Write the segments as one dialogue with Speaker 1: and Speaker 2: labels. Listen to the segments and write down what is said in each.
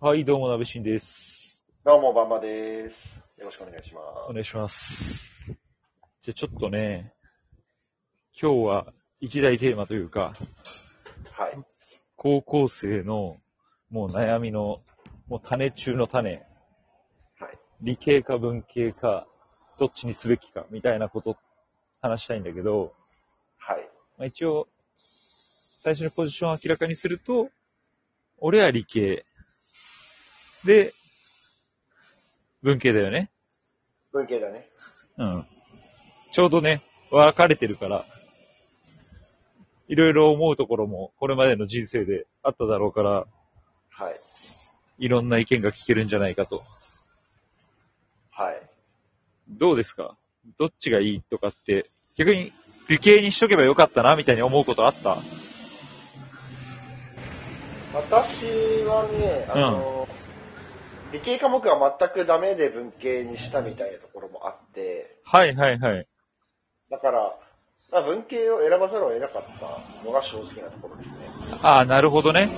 Speaker 1: はい、どうも、なべしんです。
Speaker 2: どうも、ばんばです。よろしくお願いしま
Speaker 1: お
Speaker 2: す。
Speaker 1: 願いします。じゃあ、ちょっとね、今日は一大テーマというか、
Speaker 2: はい。
Speaker 1: 高校生のもう悩みの、もう種中の種、
Speaker 2: はい
Speaker 1: 理系か文系か、どっちにすべきか、みたいなこと、話したいんだけど、
Speaker 2: はい。
Speaker 1: まあ、一応、最初にポジションを明らかにすると、俺は理系。で、文系だよね。
Speaker 2: 文系だね。
Speaker 1: うん。ちょうどね、分かれてるから、いろいろ思うところもこれまでの人生であっただろうから、
Speaker 2: はい。
Speaker 1: いろんな意見が聞けるんじゃないかと。
Speaker 2: はい。
Speaker 1: どうですかどっちがいいとかって、逆に理系にしとけばよかったな、みたいに思うことあった
Speaker 2: 私はね、あの、理系科目は全くダメで文系にしたみたいなところもあって、
Speaker 1: はいはいはい。
Speaker 2: だから、まあ、文系を選ばざるを得なかったのが正直なところですね。
Speaker 1: ああ、なるほどね。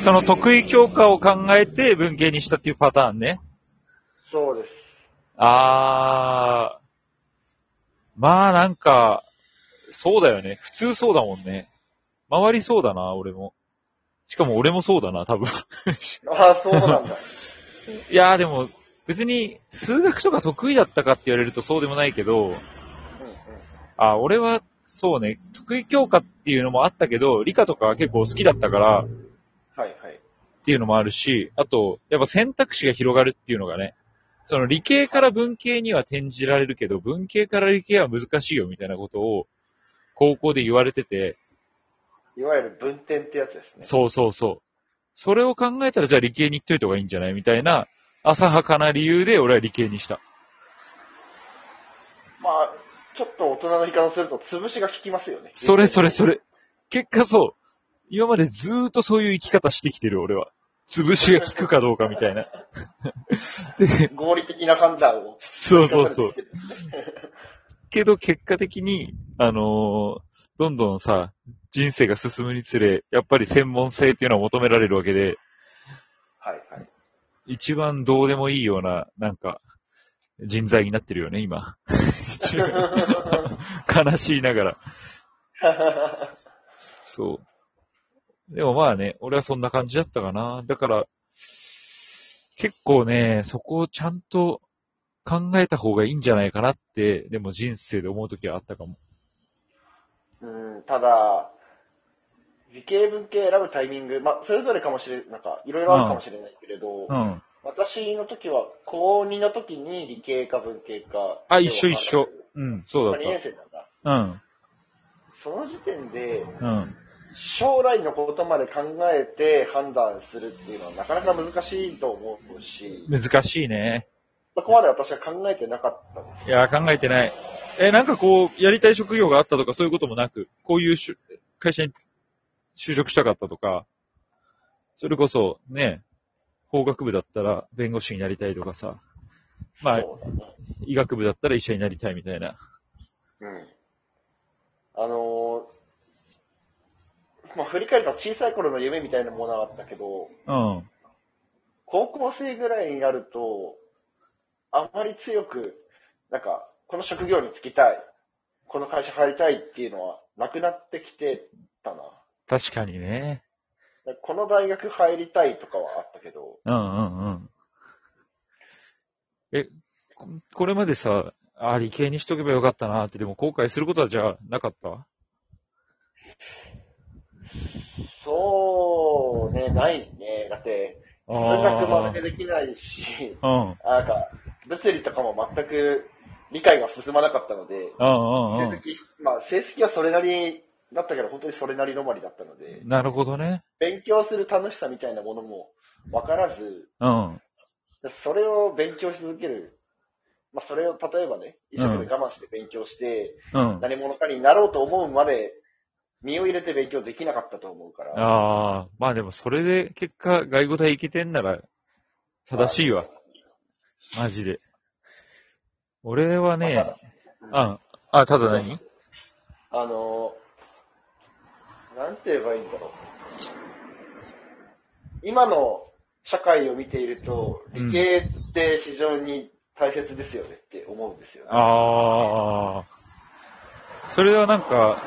Speaker 1: その得意教科を考えて文系にしたっていうパターンね。
Speaker 2: そうです。
Speaker 1: ああ、まあなんか、そうだよね。普通そうだもんね。回りそうだな、俺も。しかも俺もそうだな、多分。
Speaker 2: ああ、そ うなんだ。
Speaker 1: いやーでも、別に数学とか得意だったかって言われるとそうでもないけど、
Speaker 2: うんうん。
Speaker 1: あ、俺はそうね、得意教科っていうのもあったけど、理科とかは結構好きだったからっ
Speaker 2: はいはい。
Speaker 1: ていうのもあるし、あと、やっぱ選択肢が広がるっていうのがね、その理系から文系には転じられるけど、文系から理系は難しいよみたいなことを高校で言われてて、
Speaker 2: いわゆる文典ってやつですね。
Speaker 1: そうそうそう。それを考えたらじゃあ理系に行っといた方がいいんじゃないみたいな、浅はかな理由で俺は理系にした。
Speaker 2: まあ、ちょっと大人の言い方をすると、潰しが効きますよね。
Speaker 1: それそれそ
Speaker 2: れ。
Speaker 1: れ。結果そう。今までずーっとそういう生き方してきてる俺は。潰しが効くかどうかみたいな。
Speaker 2: 合理的な判断を。
Speaker 1: そうそうそう。。けど結果的に、あのーどんどんさ、人生が進むにつれ、やっぱり専門性っていうのは求められるわけで、
Speaker 2: はいはい。
Speaker 1: 一番どうでもいいような、なんか、人材になってるよね、今。 一番悲しいながら。そう。でもまあね、俺はそんな感じだったかな。だから、結構ね、そこをちゃんと考えた方がいいんじゃないかなって、でも人生で思うときはあったかも。
Speaker 2: うん、ただ、理系文系選ぶタイミング、まあ、それぞれかもしれ、なんか、いろいろあるかもしれないけれど、
Speaker 1: うん。
Speaker 2: 私の時は、高2の時に理系か文系か。
Speaker 1: あ一緒一緒うん、そうだ
Speaker 2: まあ。2
Speaker 1: っ
Speaker 2: 年生なんだ。
Speaker 1: た。うん。
Speaker 2: その時点で、
Speaker 1: うん。
Speaker 2: 将来のことまで考えて判断するっていうのはなかなか難しいと思うし、
Speaker 1: 難しいね。
Speaker 2: そこまで私は考えてなかったんです。
Speaker 1: いや、考えてない。え、なんかこう、やりたい職業があったとかそういうこともなく、こういうしゅ会社に就職したかったとか、それこそね、法学部だったら弁護士になりたいとかさ、まあ、
Speaker 2: そうだね。
Speaker 1: 医学部だったら医者になりたいみたいな。
Speaker 2: うんあのーまあ、振り返ると小さい頃の夢みたいなものはあったけど、
Speaker 1: うん。
Speaker 2: 高校生ぐらいになると、あまり強く、なんか、この職業に就きたい、この会社入りたいっていうのはなくなってきてたな。
Speaker 1: 確かにね。
Speaker 2: この大学入りたいとかはあったけど、
Speaker 1: うんうんうん。え、ここれまでさ、あ、理系にしとけばよかったなって、でも後悔することはじゃあなかった
Speaker 2: そうね、ないね。だって、数学も真似できないし、
Speaker 1: うん。うん
Speaker 2: なんか、物理とかも全く理解が進まなかったので、
Speaker 1: うんう
Speaker 2: 成績、まあ、成績はそれなりだったけど、本当にそれなり止まりだったので
Speaker 1: ん。、なるほどね。
Speaker 2: 勉強する楽しさみたいなものも分からず、
Speaker 1: うん。
Speaker 2: それを勉強し続ける。まあ、それを例えばね、一生懸命我慢して勉強して、
Speaker 1: うん。
Speaker 2: 何者かになろうと思うまで、身を入れて勉強できなかったと思うから。
Speaker 1: ああ、まあでもそれで結果外語大いけてんなら正しいわ。マジで。俺はね、あ、あ、ただ何
Speaker 2: あの、なんて言えばいいんだろう。今の社会を見ていると、理系って非常に大切ですよねって思うんですよね。
Speaker 1: ああ。それはなんか、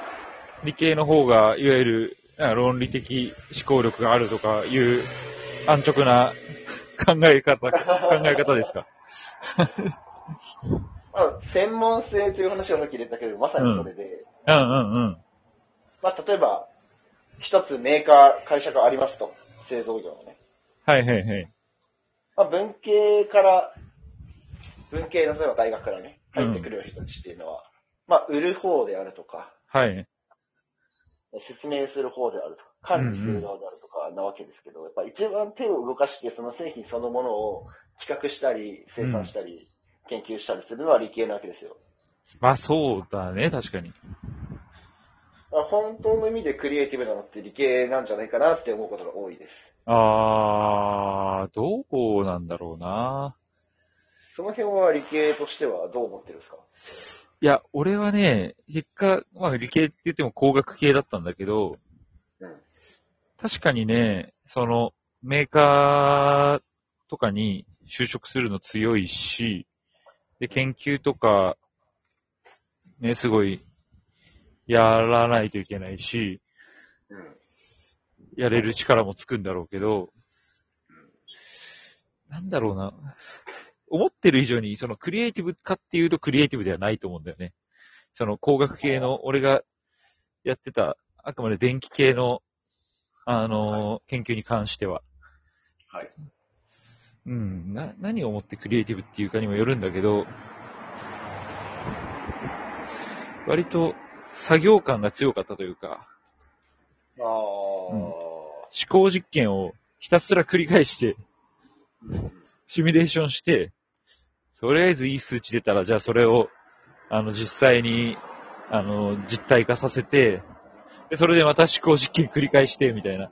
Speaker 1: 理系の方が、いわゆる、なんか論理的思考力があるとかいう、安直な考え方、考え方ですか。
Speaker 2: まあ、専門性という話をさっき入れたけど、まさにそれで、
Speaker 1: うんうんうん。
Speaker 2: まあ、例えば、一つメーカー、会社がありますと、製造業のね。
Speaker 1: はいはいはい。
Speaker 2: まあ、文系から、文系の例えば大学からね、入ってくる人たちっていうのは、まあ、売る方であるとか、
Speaker 1: はい。
Speaker 2: 説明する方であるとか、管理する側であるとかなわけですけど、やっぱ一番手を動かして、その製品そのものを企画したり、生産したり、研究したりするのは理系なわけですよ。
Speaker 1: まあそうだね、確かに。
Speaker 2: まあ本当の意味でクリエイティブなのって理系なんじゃないかなって思うことが多いです。
Speaker 1: ああ、どうなんだろうな。
Speaker 2: その辺は理系としてはどう思ってるんですか
Speaker 1: いや、俺はね、結果、まあ理系って言っても工学系だったんだけど、
Speaker 2: うん
Speaker 1: 確かにね、そのメーカーとかに就職するの強いし、で、研究とか、ね、すごい、やらないといけないし、
Speaker 2: うん。
Speaker 1: やれる力もつくんだろうけど、なんだろうな。思ってる以上に、そのクリエイティブかっていうとクリエイティブではないと思うんだよね。その工学系の、俺がやってた、あくまで電気系の、あのー、研究に関しては。
Speaker 2: はい。
Speaker 1: うん、な、何をもってクリエイティブっていうかにもよるんだけど、割と作業感が強かったというか、
Speaker 2: ああ、
Speaker 1: 思考実験をひたすら繰り返して、
Speaker 2: うん
Speaker 1: シミュレーションして、とりあえずいい数値出たら、じゃあそれを、あの、実際に、あの、実体化させて、で、それでまた思考実験繰り返して、みたいな。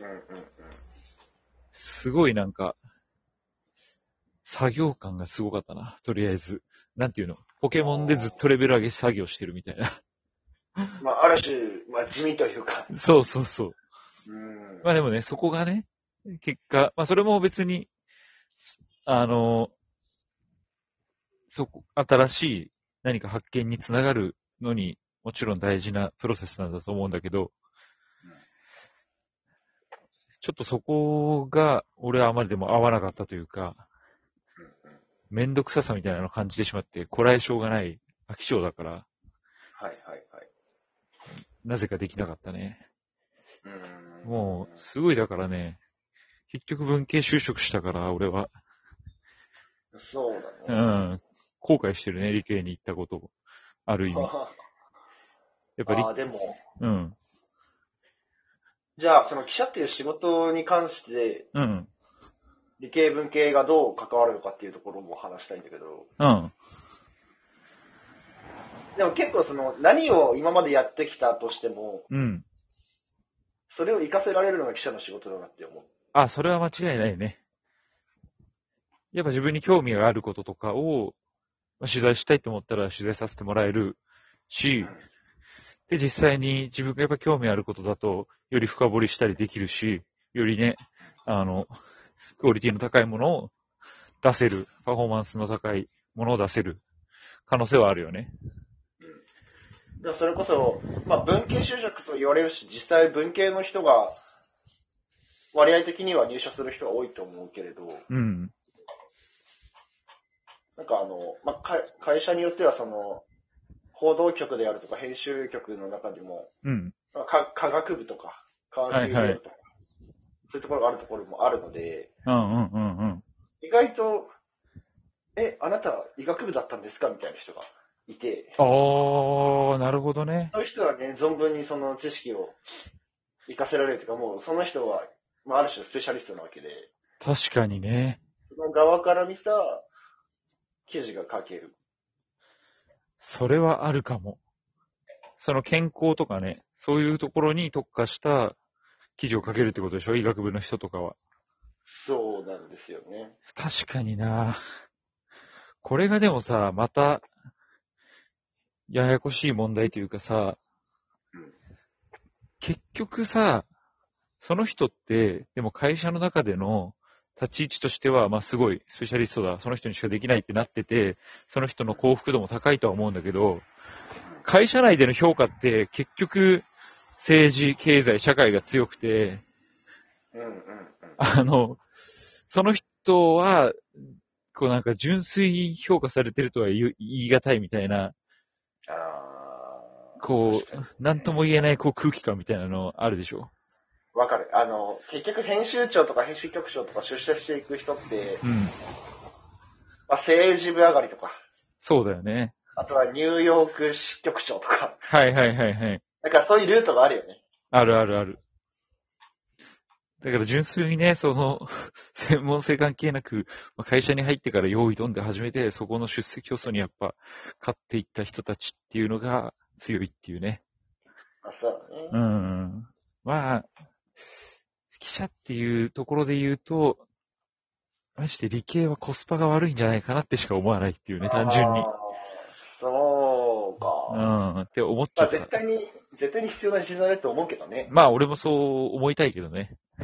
Speaker 2: うんうんうん。
Speaker 1: すごいなんか、作業感がすごかったな、とりあえず。なんていうのポケモンでずっとレベル上げ作業してるみたいな。
Speaker 2: まあ、ある種、まあ、地味というか。
Speaker 1: そうそうそう。
Speaker 2: うん
Speaker 1: まあでもね、そこがね、結果、まあそれも別に、あの、そこ、新しい何か発見につながるのに、もちろん大事なプロセスなんだと思うんだけど
Speaker 2: うん、
Speaker 1: ちょっとそこが、俺はあまりでも合わなかったというか、めんどくささみたいなのを感じてしまって、こらえしょうがない飽き性だから、
Speaker 2: はいはいはい。
Speaker 1: なぜかできなかったね。
Speaker 2: うん
Speaker 1: もう、すごいだからね、結局文系就職したから、俺は。
Speaker 2: そう
Speaker 1: う
Speaker 2: だね。
Speaker 1: ん。後悔してるね、理系に行ったことを。ある意味。や
Speaker 2: あ
Speaker 1: っぱり
Speaker 2: あ、、でも、
Speaker 1: うん。
Speaker 2: じゃあ、その記者っていう仕事に関して、
Speaker 1: うん。
Speaker 2: 理系文系がどう関わるのかっていうところも話したいんだけど、
Speaker 1: うん。
Speaker 2: でも結構その、何を今までやってきたとしても、
Speaker 1: うん。
Speaker 2: それを活かせられるのが記者の仕事だなって思う。
Speaker 1: あ、それは間違いないね。やっぱ自分に興味があることとかを、まあ取材したいと思ったら取材させてもらえるし、で、実際に自分がやっぱ興味あることだと、より深掘りしたりできるし、よりね、あの、クオリティの高いものを出せる、パフォーマンスの高いものを出せる可能性はあるよね。
Speaker 2: でもそれこそ、まあ、文系就職と言われるし、実際文系の人が、割合的には入社する人が多いと思うけれど、
Speaker 1: うん。
Speaker 2: なんかあの、まあ、か会社によってはその、報道局であるとか編集局の中でも、
Speaker 1: うん。
Speaker 2: まあか科学部とか、科学部とか、
Speaker 1: はいはい
Speaker 2: そういうところがあるところもあるので、
Speaker 1: うんうんうんうん。
Speaker 2: 意外と、え、あなた医学部だったんですかみたいな人がいて、
Speaker 1: ああ、なるほどね。
Speaker 2: そういう人はね、存分にその知識を活かせられるというか、もうその人は、まあ、ある種スペシャリストなわけで、
Speaker 1: 確かにね。
Speaker 2: その側から見た記事が書ける。
Speaker 1: それはあるかも。その健康とかね、そういうところに特化した記事を書けるってことでしょ医学部の人とかは。
Speaker 2: そうなんですよね。
Speaker 1: 確かにな。これがでもさ、また、ややこしい問題というかさ
Speaker 2: うん、
Speaker 1: 結局さ、その人って、でも会社の中での立ち位置としては、まあすごいスペシャリストだ、その人にしかできないってなってて、その人の幸福度も高いとは思うんだけど、会社内での評価って結局、政治、経済、社会が強くて、
Speaker 2: うんうんうん。
Speaker 1: あの、その人は、こうなんか純粋に評価されてるとは言う言い難いみたいな、
Speaker 2: あー
Speaker 1: こ
Speaker 2: 確か
Speaker 1: う、なんとも言えないこう空気感みたいなのあるでしょ
Speaker 2: わかる。あの、結局編集長とか編集局長とか出社していく人って、
Speaker 1: うん。
Speaker 2: まあ、政治部上がりとか、
Speaker 1: そうだよね。
Speaker 2: あとはニューヨーク支局長とか、
Speaker 1: はいはいはいはい。
Speaker 2: だからそういうルートがあるよね。
Speaker 1: あるあるある。だから純粋にね、その、 専門性関係なく、まあ会社に入ってから用意どんで始めて、そこの出世競争にやっぱ、勝っていった人たちっていうのが強いっていうね。
Speaker 2: あそうだね。
Speaker 1: うん。まあ、記者っていうところで言うと、まして理系はコスパが悪いんじゃないかなってしか思わないっていうね、単純に
Speaker 2: あー。。そう
Speaker 1: う
Speaker 2: か。
Speaker 1: ん、って思っち
Speaker 2: ま
Speaker 1: ゃ
Speaker 2: あ
Speaker 1: った
Speaker 2: 絶。対に、絶対に必要な人材だと思うけどね。
Speaker 1: まあ、俺もそう思いたいけどね。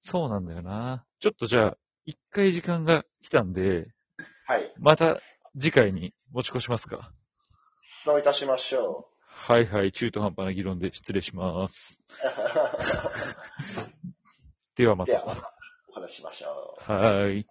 Speaker 1: そうなんだよな。ちょっとじゃあ、一回時間が来たんで、
Speaker 2: はい。
Speaker 1: また次回に持ち越しますか。
Speaker 2: そういたしましょ
Speaker 1: はいはい、中途半端な議論で失礼します。
Speaker 2: う。
Speaker 1: ではま
Speaker 2: ではま
Speaker 1: た。
Speaker 2: たお話ししましょう。
Speaker 1: はい。